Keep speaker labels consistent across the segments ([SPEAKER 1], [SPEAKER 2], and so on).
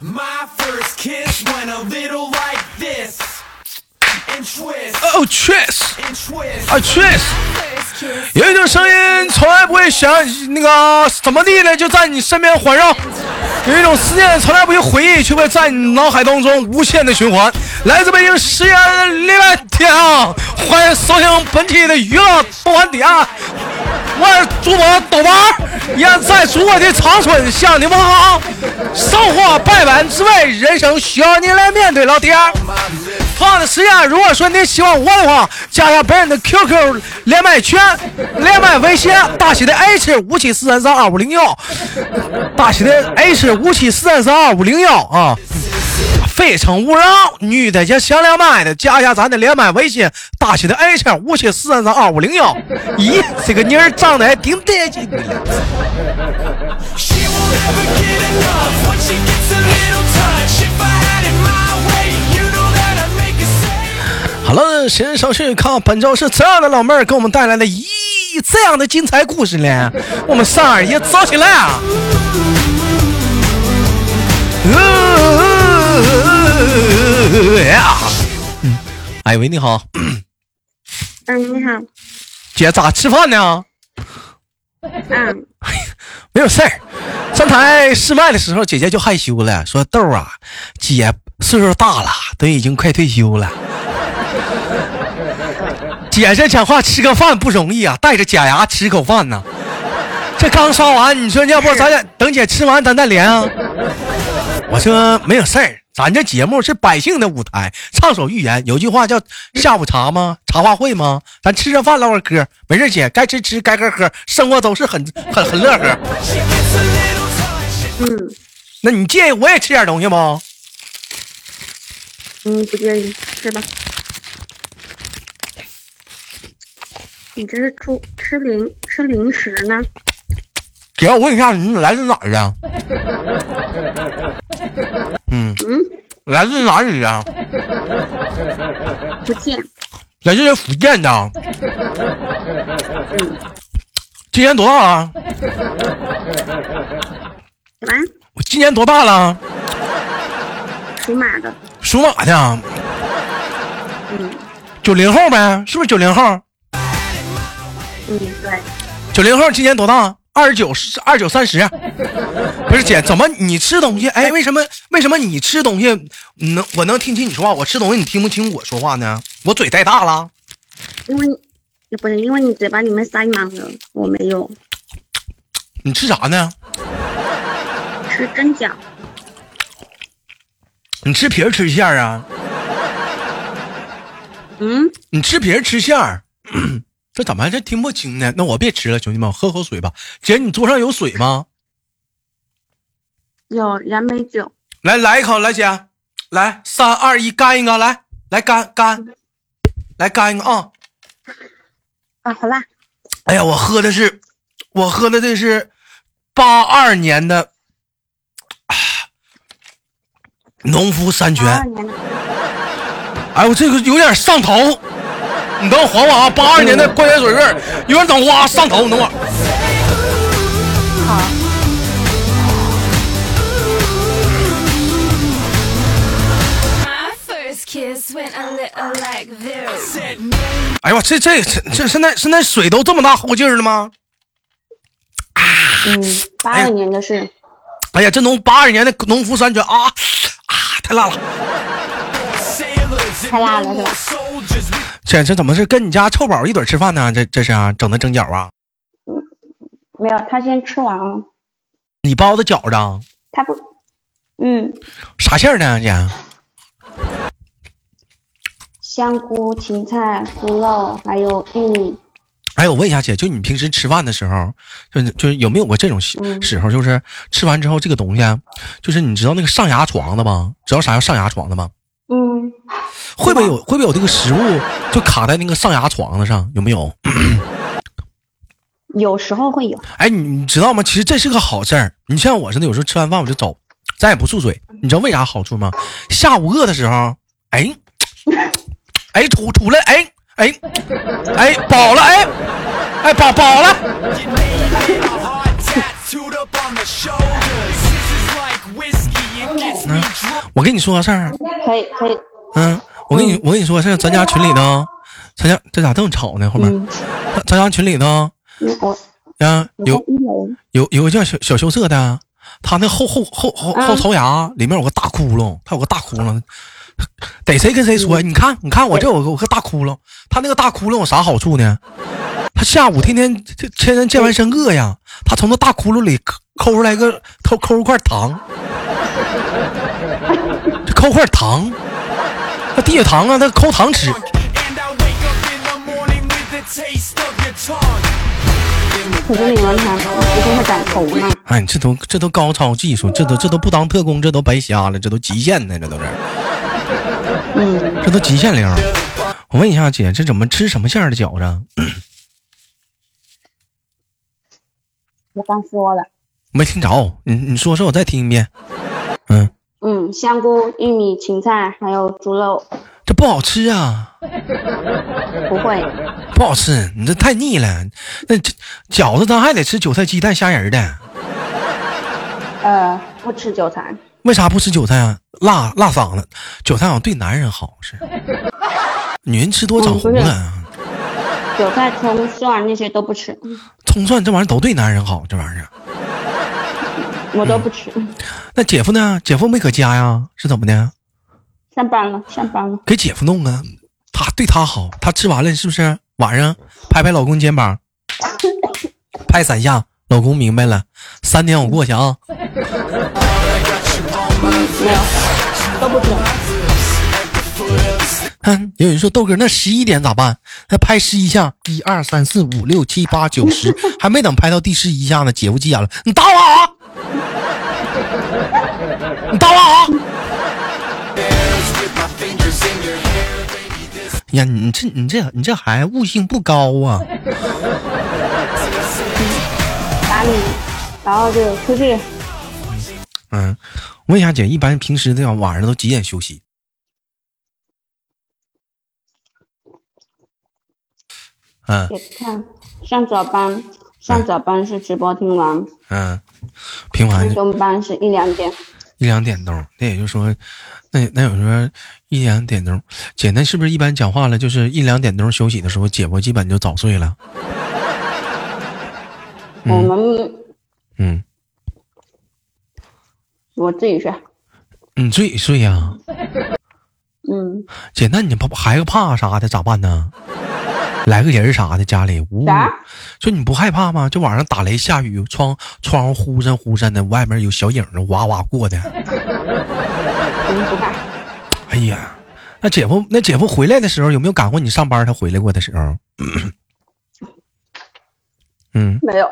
[SPEAKER 1] My first kiss went a little like this. And twist,
[SPEAKER 2] Oh, Chris，
[SPEAKER 1] and twist.
[SPEAKER 2] 啊 Chris，有一种声音从来不会响，那个怎么地呢，就在你身边环绕；有一种思念从来不会回忆，却会在你脑海当中无限的循环。来自北京时间礼拜天啊，欢迎收听本期的娱乐不完点啊。我是主播豆瓣儿，也在祖国的长春向你们好。生活百般滋味，人生需要你来面对。老弟儿，同样的时间，如果说您喜欢我的话，加上本人的 QQ 连麦群、连麦微信，大写的 H 五七四三三二五零幺，大写的 H 五七四三三二五零幺啊。非诚勿扰，女的也想连麦的，加一下咱的连麦微信，大写的 H 五七四三三二五零 幺。咦，这个妮儿长得还挺得劲的。
[SPEAKER 1] She will never get enough when she gets a little touch. If I had it my way, you know that I'd make it say.
[SPEAKER 2] 好了，闲言少叙，看本周是这样的老妹儿给我们带来的一这样的精彩故事呢。我们上二爷走起来啊！呃哎嗯哎喂，你好，
[SPEAKER 3] 嗯，你好。
[SPEAKER 2] 姐咋吃饭呢？
[SPEAKER 3] 嗯，
[SPEAKER 2] 没有事儿。上台试麦的时候，姐姐就害羞了，说：“豆儿啊，姐岁数大了，都已经快退休了。姐这讲话吃个饭不容易啊，带着假牙吃口饭呢。这刚刷完，你说要不咱俩等姐吃完咱再连啊？我说没有事儿，咱这节目是百姓的舞台，畅所欲言。有句话叫下午茶吗？茶话会吗？咱吃着饭唠会嗑，没事姐，该吃吃，该喝喝，生活都是很很很乐呵。
[SPEAKER 1] She gets a little touch. If
[SPEAKER 2] 那你介意我也吃点东西吗？
[SPEAKER 3] 嗯，不介意，吃吧。你这是出吃零吃零食呢？
[SPEAKER 2] 姐，我问一下，你来自哪儿 啊？嗯
[SPEAKER 3] 嗯，
[SPEAKER 2] 来自哪里啊？
[SPEAKER 3] 不见。
[SPEAKER 2] 来自福建的。今年多大了？
[SPEAKER 3] 什么？
[SPEAKER 2] 我今年多大了？
[SPEAKER 3] 属马的。
[SPEAKER 2] 属马的。嗯九零后呗，是不是九零后？
[SPEAKER 3] 嗯，对。
[SPEAKER 2] 九零后今年多大？啊二十九，二九三十。不是姐，怎么你吃东西？哎，为什么为什么你吃东西嗯能我能听清你说话，我吃东西你听不清我说话呢？我嘴太大了。
[SPEAKER 3] 因为你不是因为你嘴巴里面塞满了，我没有
[SPEAKER 2] 你吃啥呢？
[SPEAKER 3] 吃蒸饺，
[SPEAKER 2] 你吃皮儿吃馅儿啊？
[SPEAKER 3] 嗯，
[SPEAKER 2] 你吃皮儿吃馅儿，这怎么还这听不清呢？那我别吃了，兄弟们，我喝口水吧。姐，你桌上有水吗？
[SPEAKER 3] 有杨梅酒，
[SPEAKER 2] 来来一口，来姐，来三二一，干一个，来来干干，来干一个啊！
[SPEAKER 3] 啊，好啦，
[SPEAKER 2] 哎呀，我喝的是，我喝的这是八二年的啊农夫山泉。
[SPEAKER 3] 八二年的，
[SPEAKER 2] 哎，我这个有点上头，你等我缓缓啊！八二年的
[SPEAKER 3] 哎
[SPEAKER 2] 矿泉水味儿，有点等花上头，你等会儿。
[SPEAKER 4] My first kiss went a little like this.
[SPEAKER 1] said
[SPEAKER 2] 哎呦我这这这这现在现在水都这么大后劲儿了吗？
[SPEAKER 3] 嗯，八二年的是，
[SPEAKER 2] 哎呀，这农八二年的农夫山泉啊啊，太辣了！
[SPEAKER 1] sailors and
[SPEAKER 3] 太辣
[SPEAKER 1] no
[SPEAKER 3] 了是
[SPEAKER 1] more
[SPEAKER 3] 吧？
[SPEAKER 1] soldiers. We
[SPEAKER 2] 这这怎么是跟你家臭宝一堆吃饭呢？这这是啊，整的蒸饺啊？
[SPEAKER 3] 没有，他先吃完了，
[SPEAKER 2] 你包的饺子啊
[SPEAKER 3] 他不，嗯，
[SPEAKER 2] 啥馅儿呢，姐？
[SPEAKER 3] 香菇、芹菜、猪肉，还有玉米，
[SPEAKER 2] 哎，我问一下姐，就你平时吃饭的时候，就是就是有没有过这种时
[SPEAKER 3] 嗯
[SPEAKER 2] 时候，就是吃完之后这个东西，啊就是你知道那个上牙床的吗？知道啥叫上牙床的吗？
[SPEAKER 3] 嗯，
[SPEAKER 2] 会不会有会不会有这个食物就卡在那个上牙床子上？有没有？
[SPEAKER 3] 有时候会有，
[SPEAKER 2] 哎，你你知道吗？其实这是个好事儿。你像我似的，有时候吃完饭我就走，咱也不漱嘴。你知道为啥好处吗？下午饿的时候，哎，哎吐吐了，哎哎哎饱了，哎哎饱饱了。
[SPEAKER 1] get naked, a heart tattooed up on the shoulders. This is like whiskey, it gets me
[SPEAKER 2] 我跟你说个事儿，啊
[SPEAKER 3] 可以可以，
[SPEAKER 2] 嗯，我跟你我跟你说个事儿，咱家群里头啊，咱家这咋这么吵呢？后面，咱咱家群里头啊
[SPEAKER 3] 我
[SPEAKER 2] 啊
[SPEAKER 3] 我
[SPEAKER 2] 有
[SPEAKER 3] 在一楼，
[SPEAKER 2] 有有个叫小小羞涩的，啊他那后后后后后
[SPEAKER 3] 啊
[SPEAKER 2] 槽牙里面有个大窟窿，他有个大窟窿，逮谁跟谁说，你看你看我这有个我个大窟窿，他那个大窟窿有啥好处呢？他下午天天这天天健完身饿呀，他从那大窟窿里抠抠出来个抠抠一块糖，这抠块糖，那地下糖啊，他抠糖吃。
[SPEAKER 1] And I wake up in the morning with the taste of your tongue.
[SPEAKER 3] 可是你们还不是会长头吗？
[SPEAKER 2] 哎，这都这都高超技术，这都这都不当特工，这都白瞎了，这都极限呢，这都是。
[SPEAKER 3] 嗯，
[SPEAKER 2] 这都极限量。我问一下姐，这怎么吃什么馅儿的饺子？
[SPEAKER 3] 我刚说了，
[SPEAKER 2] 没听着，你你说说，我再听一遍。嗯，
[SPEAKER 3] 嗯，香菇、玉米、芹菜还有猪肉，
[SPEAKER 2] 这不好吃啊，
[SPEAKER 3] 不会，
[SPEAKER 2] 不好吃，你这太腻了。那这饺子咱还得吃韭菜、鸡蛋、虾仁儿的，
[SPEAKER 3] 呃，不吃韭菜，
[SPEAKER 2] 为啥不吃韭菜啊？辣辣嗓子，韭菜好像对男人好是，女人吃多长胡子啊。
[SPEAKER 3] 韭菜、葱、蒜那些都不吃，
[SPEAKER 2] 葱蒜这玩意儿都对男人好，这玩意儿。
[SPEAKER 3] 我都不吃。
[SPEAKER 2] 那姐夫呢？姐夫没搁家呀？是怎么的？
[SPEAKER 3] 上班了，上班了，
[SPEAKER 2] 给姐夫弄啊，他对他好，他吃完了是不是？晚上拍拍老公肩膀，拍三下，老公明白了，三天我过去啊。 嗯，有人说豆哥，那十一点咋办？那拍十一下，一二三四五六七八九十，还没等拍到第十一下呢，姐夫急眼了，你打我啊！ 你打我啊！ 哎呀，你这你这你这孩子悟性不高啊！
[SPEAKER 3] 打你，然后就出去，
[SPEAKER 2] 嗯，我问一下姐，一般平时这样晚上都几点休息？嗯
[SPEAKER 3] 也不看，上早班，上早班是直播听完，
[SPEAKER 2] 嗯，平完
[SPEAKER 3] 上中班是一两点，
[SPEAKER 2] 一两点钟，那也就是说，那那有时候一两点钟，姐那是不是一般讲话了，就是一两点钟休息的时候，姐夫基本就早睡了。
[SPEAKER 3] 我们
[SPEAKER 2] 嗯，
[SPEAKER 3] 我自己睡，
[SPEAKER 2] 你自己睡呀、
[SPEAKER 3] 嗯，
[SPEAKER 2] 姐，那你怕孩子怕啥的咋办呢？来个人儿啥的，家里呜，
[SPEAKER 3] 啥
[SPEAKER 2] 就你不害怕吗？就晚上打雷下雨，窗窗户忽闪忽闪的，外面有小影子哇哇过的。
[SPEAKER 3] 我们不看，
[SPEAKER 2] 哎呀，那姐夫那姐夫回来的时候有没有赶过你上班？他回来过的时候？嗯，
[SPEAKER 3] 没有，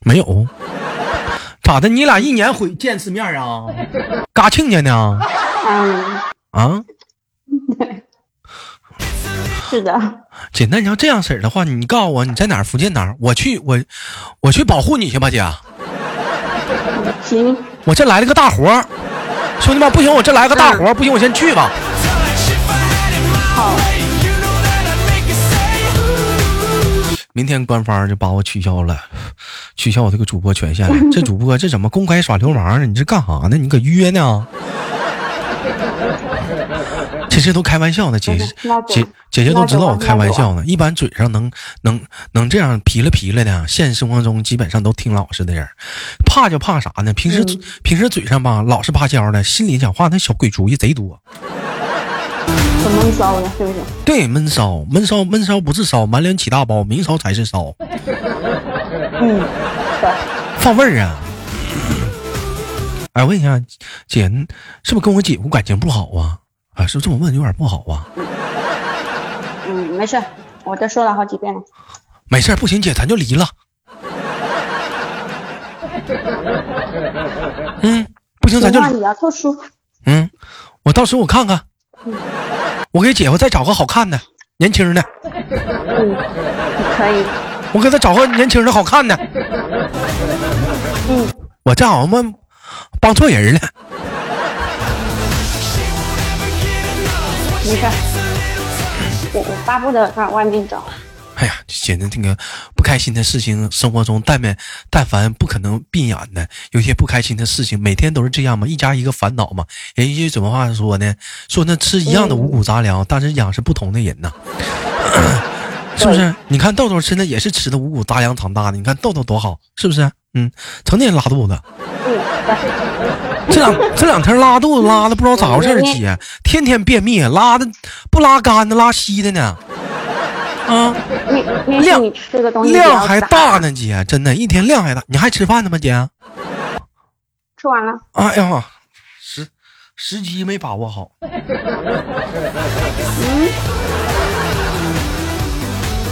[SPEAKER 2] 没有。咋的？你俩一年回见次面啊？嘎亲家呢？
[SPEAKER 3] 嗯，
[SPEAKER 2] 啊，
[SPEAKER 3] 是的，
[SPEAKER 2] 姐，那你要这样式儿的话，你告诉我你在哪儿？福建哪儿？我去，我我去保护你去吧，姐。
[SPEAKER 3] 行，
[SPEAKER 2] 我这来了个大活儿，兄弟们，不行，我这来个大活儿，不行，我先去吧。
[SPEAKER 1] Touch if I had it my way, you know that I'd make it say. Ooh.
[SPEAKER 2] 明天官方就把我取消了，取消我这个主播权 限了。这主播这怎么公开耍流氓呢？啊你这干啥呢？你搁约呢？其实都开玩笑呢，姐
[SPEAKER 3] 那就
[SPEAKER 2] 姐姐姐都知道我开玩笑呢。一般嘴上能能能这样皮了皮了的，现实生活中基本上都挺老实的人。怕就怕啥呢？平
[SPEAKER 3] 嗯
[SPEAKER 2] 时、平时嘴上吧老实巴交的，心里讲话那小鬼主意贼多。
[SPEAKER 3] 怎么烧的，是不是？
[SPEAKER 2] 对，闷烧，闷烧，闷烧不是烧，满脸起大包，明烧才是烧，
[SPEAKER 3] 嗯，对，
[SPEAKER 2] 放味儿啊！哎，我问一下，姐，是不是跟我姐夫感情不好啊？啊，是不是这么问有点不好啊？
[SPEAKER 3] 嗯，没事，我都说了好几遍了，
[SPEAKER 2] 没事儿，不行，姐，咱就离了。嗯，不行，咱就
[SPEAKER 3] 情况比较特殊，
[SPEAKER 2] 嗯，我到时候我看看，我给姐夫再找个好看的、年轻的，
[SPEAKER 3] 嗯，可以，
[SPEAKER 2] 我给他找个年轻的好看的。
[SPEAKER 3] 嗯，
[SPEAKER 2] 我这好像帮错人了。
[SPEAKER 3] 没事，我我巴不得上外面找，
[SPEAKER 2] 哎呀，显得那个不开心的事情，生活中但面但凡不可能避免的，有些不开心的事情，每天都是这样嘛，一家一个烦恼嘛。人家怎么话说呢？说那吃一样的五谷杂粮，但是养是不同的人呐，是不是？你看豆豆吃的也是吃的五谷杂粮长大的，你看豆豆多好，是不是？嗯，成天拉肚子。这两这两天拉肚子拉的不知道咋回事儿，姐，天天便秘，拉的不拉干的拉稀的呢。啊，
[SPEAKER 3] 你你
[SPEAKER 2] 量
[SPEAKER 3] 你吃的东西比较
[SPEAKER 2] 量还大呢，姐，真的，一天量还大。你还吃饭呢吗，姐？
[SPEAKER 3] 吃完了，
[SPEAKER 2] 哎呀，时时机没把握好。
[SPEAKER 3] 嗯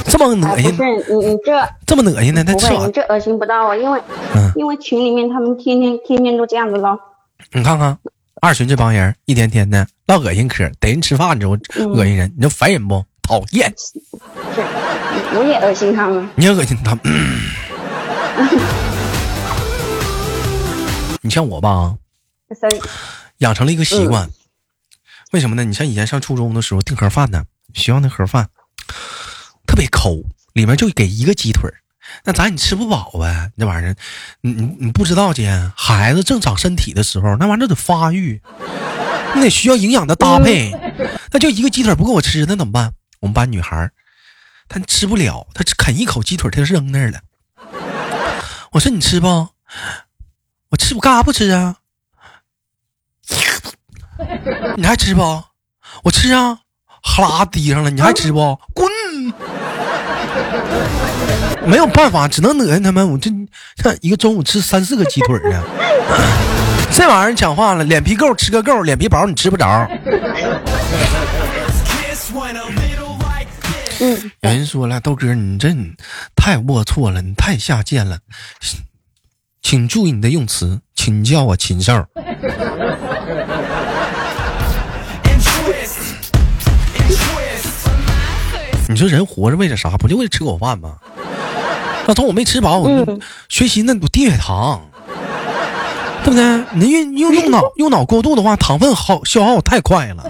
[SPEAKER 2] 这么恶
[SPEAKER 3] 哎，不
[SPEAKER 2] 心，
[SPEAKER 3] 是你你这
[SPEAKER 2] 这么恶心呢？他
[SPEAKER 3] 不
[SPEAKER 2] 吃
[SPEAKER 3] 会，
[SPEAKER 2] 完
[SPEAKER 3] 你，这恶心不到我，因为、
[SPEAKER 2] 嗯
[SPEAKER 3] 因为群里面他们天天天天都这样子唠，
[SPEAKER 2] 你看看二群这帮人，一天天的唠恶心嗑，逮人吃饭的时候
[SPEAKER 3] 嗯
[SPEAKER 2] 恶心人，你说烦人不？讨厌，
[SPEAKER 3] 是，我也恶心他们。
[SPEAKER 2] 你也恶心 他们。你像我吧，
[SPEAKER 3] 所以
[SPEAKER 2] 养成了一个习惯。为什么呢？你像以前上初中的时候订盒饭呢，学校那盒饭特别抠，里面就给一个鸡腿儿那咱你吃不饱呗，那玩意儿，你你你不知道姐，孩子正长身体的时候，那玩意儿得发育，你得需要营养的搭配。 那就一个鸡腿儿不够我吃，那怎么办？我们班女孩儿她吃不了，她只啃一口鸡腿儿，她就扔那儿了。我说你吃不？我吃，我干啥不吃啊？你还吃不？我吃啊，哈喇滴上了，你还吃不？滚！ 没有办法，只能恶心他们。我这像一个中午吃三四个鸡腿呢， 这玩意儿讲话了，脸皮够吃个够，脸皮薄你吃不着。
[SPEAKER 1] Kiss when a little like this.
[SPEAKER 2] 有人说了，豆哥，你这你太龌龊了，你太下贱了， 请注意你的用词，请叫我禽兽。
[SPEAKER 1] And twist. And twist.
[SPEAKER 2] 你说人活着为了啥？不就为了吃口饭吗？那从我没吃饱，我、
[SPEAKER 3] 嗯
[SPEAKER 2] 学习那我低血糖，对不对？你用用 用脑用脑过度的话，糖分耗消耗太快了。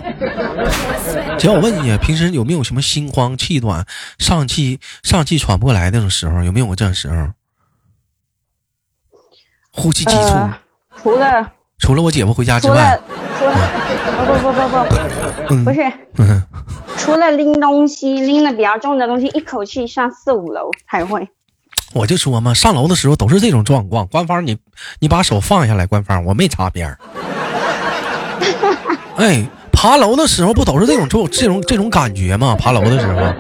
[SPEAKER 2] 姐，我问你，平时有没有什么心慌气短、上气上气喘不过来那种时候？有没有过这时候？呼吸急促，
[SPEAKER 3] 呃，除了
[SPEAKER 2] 除了我姐夫回家之
[SPEAKER 3] 除了
[SPEAKER 2] 外，
[SPEAKER 3] 除了不不不不不，不是，
[SPEAKER 2] 嗯，
[SPEAKER 3] 除了拎东西拎的比较重的东西，一口气上四五楼才会。
[SPEAKER 2] 我就说嘛，上楼的时候都是这种状况。官方你，你把手放下来，官方我没擦边儿。 哎，爬楼的时候不都是这种这种这种这种感觉吗？爬楼的时候，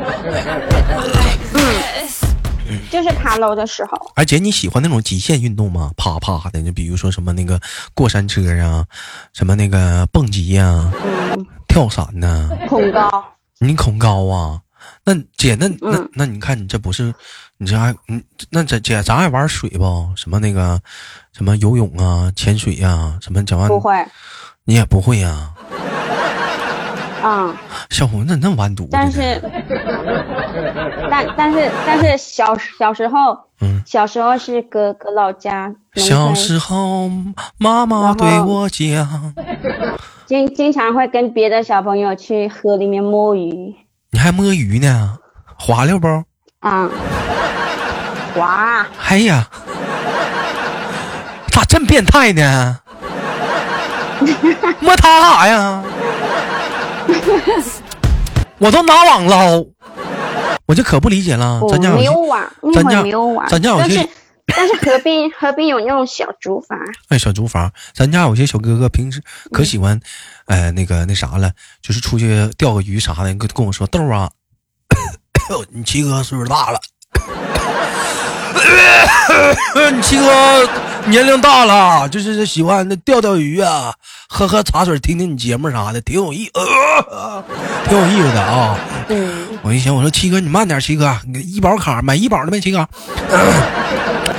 [SPEAKER 3] 就是爬楼的时候，
[SPEAKER 2] 哎姐，你喜欢那种极限运动吗？啪啪的，就比如说什么那个过山车啊，什么那个蹦极呀、
[SPEAKER 3] 嗯，
[SPEAKER 2] 跳伞呐、
[SPEAKER 3] 恐高，
[SPEAKER 2] 你恐高啊？那姐，那那
[SPEAKER 3] 嗯
[SPEAKER 2] 那你看你这不是，你这还嗯，那这姐咱爱玩水不？什么那个，什么游泳啊、潜水呀、什么讲完
[SPEAKER 3] 不会，
[SPEAKER 2] 你也不会呀、
[SPEAKER 3] 嗯，
[SPEAKER 2] 小红怎么那么完犊子呢？
[SPEAKER 3] 但是，但但是但是小小时候，
[SPEAKER 2] 嗯
[SPEAKER 3] 小时候是哥哥老家农
[SPEAKER 2] 小
[SPEAKER 3] 村，
[SPEAKER 2] 时候妈妈对我讲，
[SPEAKER 3] 经经常会跟别的小朋友去河里面摸鱼，
[SPEAKER 2] 你还摸鱼呢，滑溜不？
[SPEAKER 3] 啊、哇，
[SPEAKER 2] 哎呀，咋这么变态呢？摸它干啥呀？我都拿网捞，我就可不理解了。
[SPEAKER 3] 我
[SPEAKER 2] 咱家有
[SPEAKER 3] 哦没
[SPEAKER 2] 些
[SPEAKER 3] 有网，那
[SPEAKER 2] 咱
[SPEAKER 3] 会
[SPEAKER 2] 家
[SPEAKER 3] 儿没有网，
[SPEAKER 2] 咱家有
[SPEAKER 3] 但
[SPEAKER 2] 些
[SPEAKER 3] 是但是河边河边有那种小竹筏，
[SPEAKER 2] 哎，小竹筏，咱家有些小哥哥平时可喜欢，呃，那个那啥了，就是出去钓个鱼啥的，跟跟我说豆儿啊， 你七哥岁数大了，你七哥年龄大了，就是喜欢钓钓鱼啊，喝喝茶水，听听你节目啥的，挺有意，呃、挺有意思的啊。
[SPEAKER 3] 嗯，
[SPEAKER 2] 我一想，我说七哥，你慢点，七哥，你医保卡买医保了没，七哥？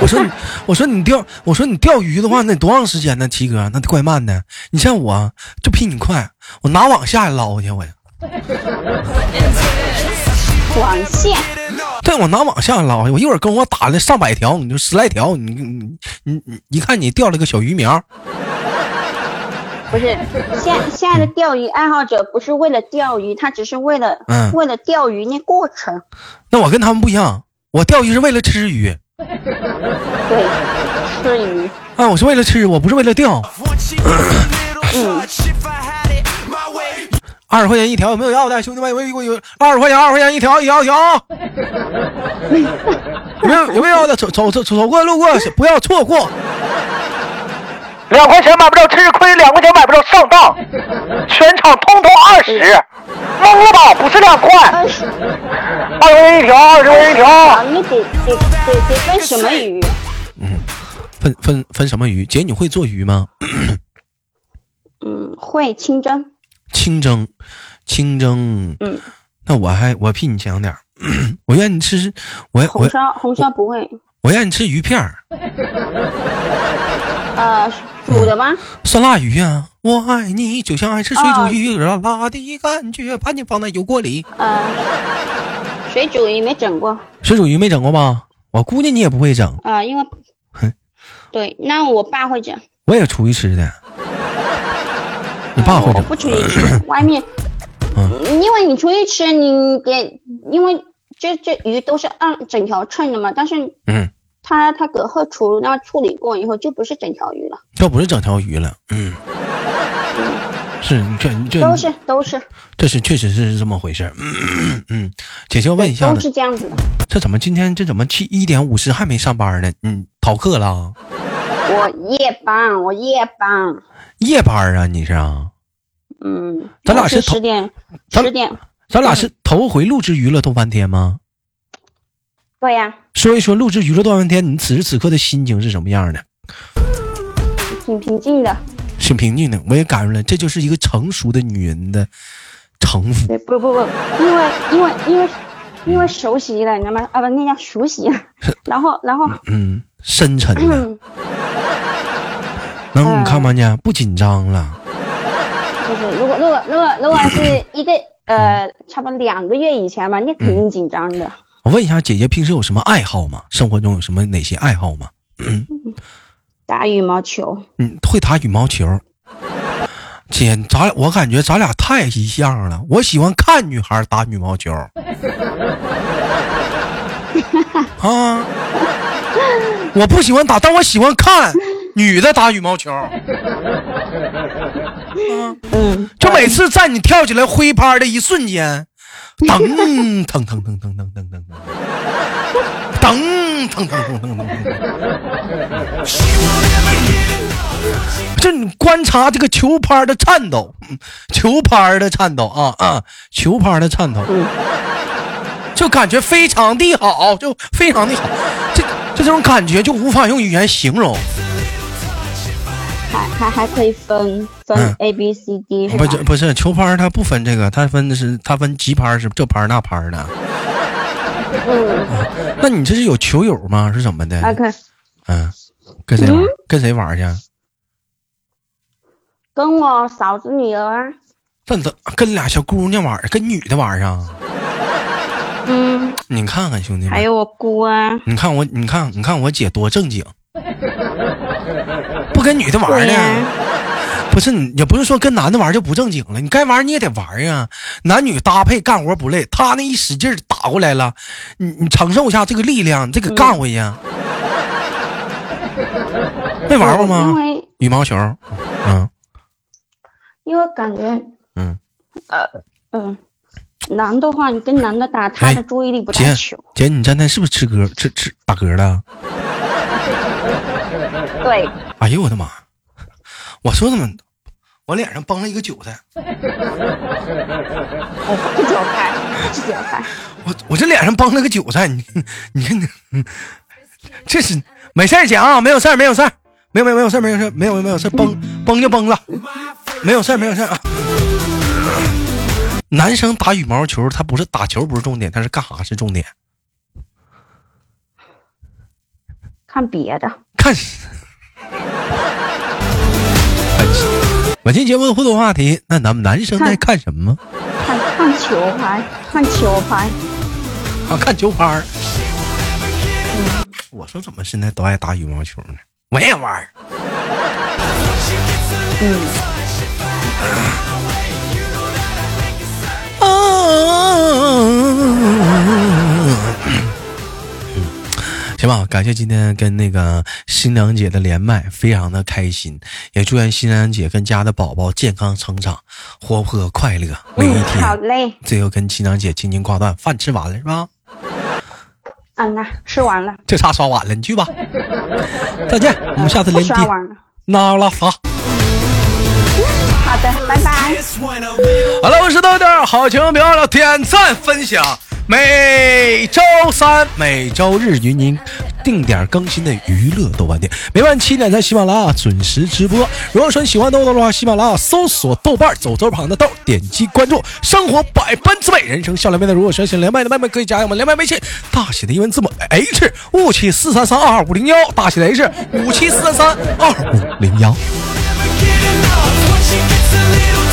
[SPEAKER 2] 我说你，我说你钓，我说你钓鱼的话，那得多长时间呢，七哥？那得怪慢的。你像我，就比你快，我拿网下来捞去，我呀，
[SPEAKER 3] 网线，
[SPEAKER 2] 对，我拿网下来捞去，我一会儿跟我打了上百条，你就十来条，你你你你，一看你钓了个小鱼苗，
[SPEAKER 3] 不是现现在的钓鱼爱好者不是为了钓鱼，他只是为了、
[SPEAKER 2] 嗯
[SPEAKER 3] 为了钓鱼那过程。
[SPEAKER 2] 那我跟他们不一样，我钓鱼是为了吃鱼
[SPEAKER 3] 对，吃鱼。
[SPEAKER 2] 啊，我是为了吃，我不是为了钓。二十块钱一条有没有要的？兄弟们有没有有二十块钱二十块钱一条要一条啊？有没有有没有要的？走走走走过路过不要错过。
[SPEAKER 5] 两块钱买不着吃亏，两块钱买不着上当，全场通通二十，懵了吧？不是两块，
[SPEAKER 3] 二十
[SPEAKER 5] 二十块钱一条，二十块钱一条
[SPEAKER 3] 啊，。你得得得得分什么鱼？
[SPEAKER 2] 分分分什么鱼？姐，你会做鱼吗？
[SPEAKER 3] 嗯，会清蒸。
[SPEAKER 2] 清蒸，清蒸。
[SPEAKER 3] 嗯。
[SPEAKER 2] 那我还我比你强点儿 我愿你吃，我
[SPEAKER 3] 红
[SPEAKER 2] 我
[SPEAKER 3] 烧红烧不会，
[SPEAKER 2] 我愿你吃鱼片儿，
[SPEAKER 3] 呃，煮的吗？
[SPEAKER 2] 酸辣鱼啊！我爱你，就像爱吃水煮鱼，有点辣的感觉，把你放在油锅里。
[SPEAKER 3] 呃，水煮鱼没整过，
[SPEAKER 2] 水煮鱼没整过吧？我估计你也不会整，
[SPEAKER 3] 啊、因为
[SPEAKER 2] 嘿，
[SPEAKER 3] 对，那我爸会整，
[SPEAKER 2] 我也出去吃的。你爸会
[SPEAKER 3] 哦我
[SPEAKER 2] 整
[SPEAKER 3] 不出去吃， 外面，
[SPEAKER 2] 嗯
[SPEAKER 3] 因为你出去吃，你得，因为这这鱼都是按整条称的嘛，但是
[SPEAKER 2] 嗯，
[SPEAKER 3] 它它隔后处那处理过以后就不是整条鱼了，
[SPEAKER 2] 这不是整条鱼了，嗯，是你这你这
[SPEAKER 3] 都是都是
[SPEAKER 2] 这是确实是这么回事儿。嗯嗯，姐姐，我问一下
[SPEAKER 3] 都
[SPEAKER 2] 子，
[SPEAKER 3] 是这样子的。
[SPEAKER 2] 这怎么今天这怎么七一点五十还没上班呢？嗯，逃课了，
[SPEAKER 3] 我夜班，我夜班，
[SPEAKER 2] 夜班啊？你是啊？
[SPEAKER 3] 嗯，
[SPEAKER 2] 咱俩
[SPEAKER 3] 我
[SPEAKER 2] 是
[SPEAKER 3] 是
[SPEAKER 2] 同
[SPEAKER 3] 十点
[SPEAKER 2] 咱
[SPEAKER 3] 十点，
[SPEAKER 2] 咱俩
[SPEAKER 3] 嗯
[SPEAKER 2] 是头回录制娱乐动翻天吗？
[SPEAKER 3] 对呀、
[SPEAKER 2] 说一说录制娱乐动翻天，你此时此刻的心情是什么样的？
[SPEAKER 3] 挺平静的，
[SPEAKER 2] 挺平静的，我也感受了，这就是一个成熟的女人的城府。
[SPEAKER 3] 对，不不不，因为因为因为因为熟悉了，你知道吗？啊不，那叫熟悉 了，然后然后
[SPEAKER 2] 嗯，深沉的，
[SPEAKER 3] 嗯
[SPEAKER 2] 能你看吗？呢，不紧张了，
[SPEAKER 3] 就是如果如果如果如果是一个呃，差不多两个月以前吧，那肯
[SPEAKER 2] 嗯
[SPEAKER 3] 定紧张的。
[SPEAKER 2] 我问一下，姐姐平时有什么爱好吗？生活中有什么哪些爱好吗？
[SPEAKER 3] 打羽毛球，
[SPEAKER 2] 嗯，会打羽毛球。姐，咱俩我感觉咱俩太一样了。我喜欢看女孩打羽毛球。啊，我不喜欢打，但我喜欢看女的打羽毛球。
[SPEAKER 3] 嗯，
[SPEAKER 2] 就每次在你跳起来挥拍的一瞬间，噔腾腾腾腾腾腾腾腾，噔腾腾腾腾腾腾。这你观察这个球拍的颤抖，嗯球拍的颤抖啊啊，球拍的颤抖，就感觉非常的好，就非常的好，这这种感觉就无法用语言形容。
[SPEAKER 3] 还还还可以分
[SPEAKER 2] 嗯
[SPEAKER 3] 分 A B C D 是吧
[SPEAKER 2] 不？是不是球拍，它不分这个，它分的是它分急拍是这拍那拍的。嗯，那你这是有球友吗？是怎么的？
[SPEAKER 3] 啊，可以
[SPEAKER 2] 嗯，跟谁玩？跟谁玩去？
[SPEAKER 3] 跟我嫂子女儿啊，
[SPEAKER 2] 那你怎跟俩小姑娘玩儿？跟女的玩儿啊？
[SPEAKER 3] 嗯，
[SPEAKER 2] 你看看兄弟
[SPEAKER 3] 还
[SPEAKER 2] 们，
[SPEAKER 3] 有我姑啊，
[SPEAKER 2] 你看我，你看，你看我姐多正经，不跟女的玩儿
[SPEAKER 3] 对
[SPEAKER 2] 呢。
[SPEAKER 3] 呀，
[SPEAKER 2] 不是你，也不是说跟男的玩就不正经了，你该玩你也得玩呀、男女搭配干活不累，他那一使劲儿打过来了，你你承受一下这个力量，你这个干回去。 没玩过
[SPEAKER 3] 因
[SPEAKER 2] 吗？
[SPEAKER 3] 为
[SPEAKER 2] 羽毛球，嗯，
[SPEAKER 3] 因为感觉，
[SPEAKER 2] 嗯，
[SPEAKER 3] 呃，嗯，男的话，你跟男的打，他
[SPEAKER 2] 哎
[SPEAKER 3] 的注意力不
[SPEAKER 2] 姐
[SPEAKER 3] 太球，
[SPEAKER 2] 姐，你刚才是不是吃嗝？吃吃打嗝了？
[SPEAKER 3] 对，
[SPEAKER 2] 哎呦我的妈！我说怎么，我脸上崩了一个韭菜，
[SPEAKER 3] 我不是脚开，不是脚开，
[SPEAKER 2] 我我这脸上崩了个韭菜，你你看你，这是没事儿姐啊，没有事儿，没有事儿，没有没有没有事儿，没有事儿，没有没有事儿，崩崩就崩了，没有事儿，没有事儿啊。男生打羽毛球，他不是打球不是重点，他是干啥是重点？
[SPEAKER 3] 看别的。
[SPEAKER 2] 看是。 哎本期节目的互动话题，那咱们男生在看什么？
[SPEAKER 3] 看看球拍，看球拍，
[SPEAKER 2] 啊，看球拍儿。我说怎么现在都爱打羽毛球呢？我也玩儿。
[SPEAKER 6] 嗯。
[SPEAKER 2] 啊行吧，感谢今天跟那个新娘姐的连麦，非常的开心，也祝愿新娘姐跟家的宝宝健康成长，活泼快乐每
[SPEAKER 3] 嗯
[SPEAKER 2] 一哎天。
[SPEAKER 7] 好嘞，
[SPEAKER 2] 最后跟新娘姐轻轻挂断，饭吃完了是吧？
[SPEAKER 7] 嗯呐，吃完了，
[SPEAKER 2] 这茶刷碗了，你去吧。再见，我们下次
[SPEAKER 7] 不
[SPEAKER 2] 连地
[SPEAKER 7] 刷碗了。
[SPEAKER 2] 那拉撒。
[SPEAKER 7] 好的，拜拜。
[SPEAKER 2] 好了，我是豆豆，好情别忘了点赞分享。每周三、每周日与您定点更新的娱乐豆瓣店，每晚七点在喜马拉雅准时直播。如果说你喜欢豆豆的话，喜马拉雅搜索豆瓣儿走周旁的豆，点击关注，生活百般滋味，人生笑脸面的。如果说想连麦的麦麦可以加我们连麦微信，大写的英文字母 H 五七四三三二五零幺，大写的 H 五七四三三二五零幺。
[SPEAKER 1] Get enough when she gets a little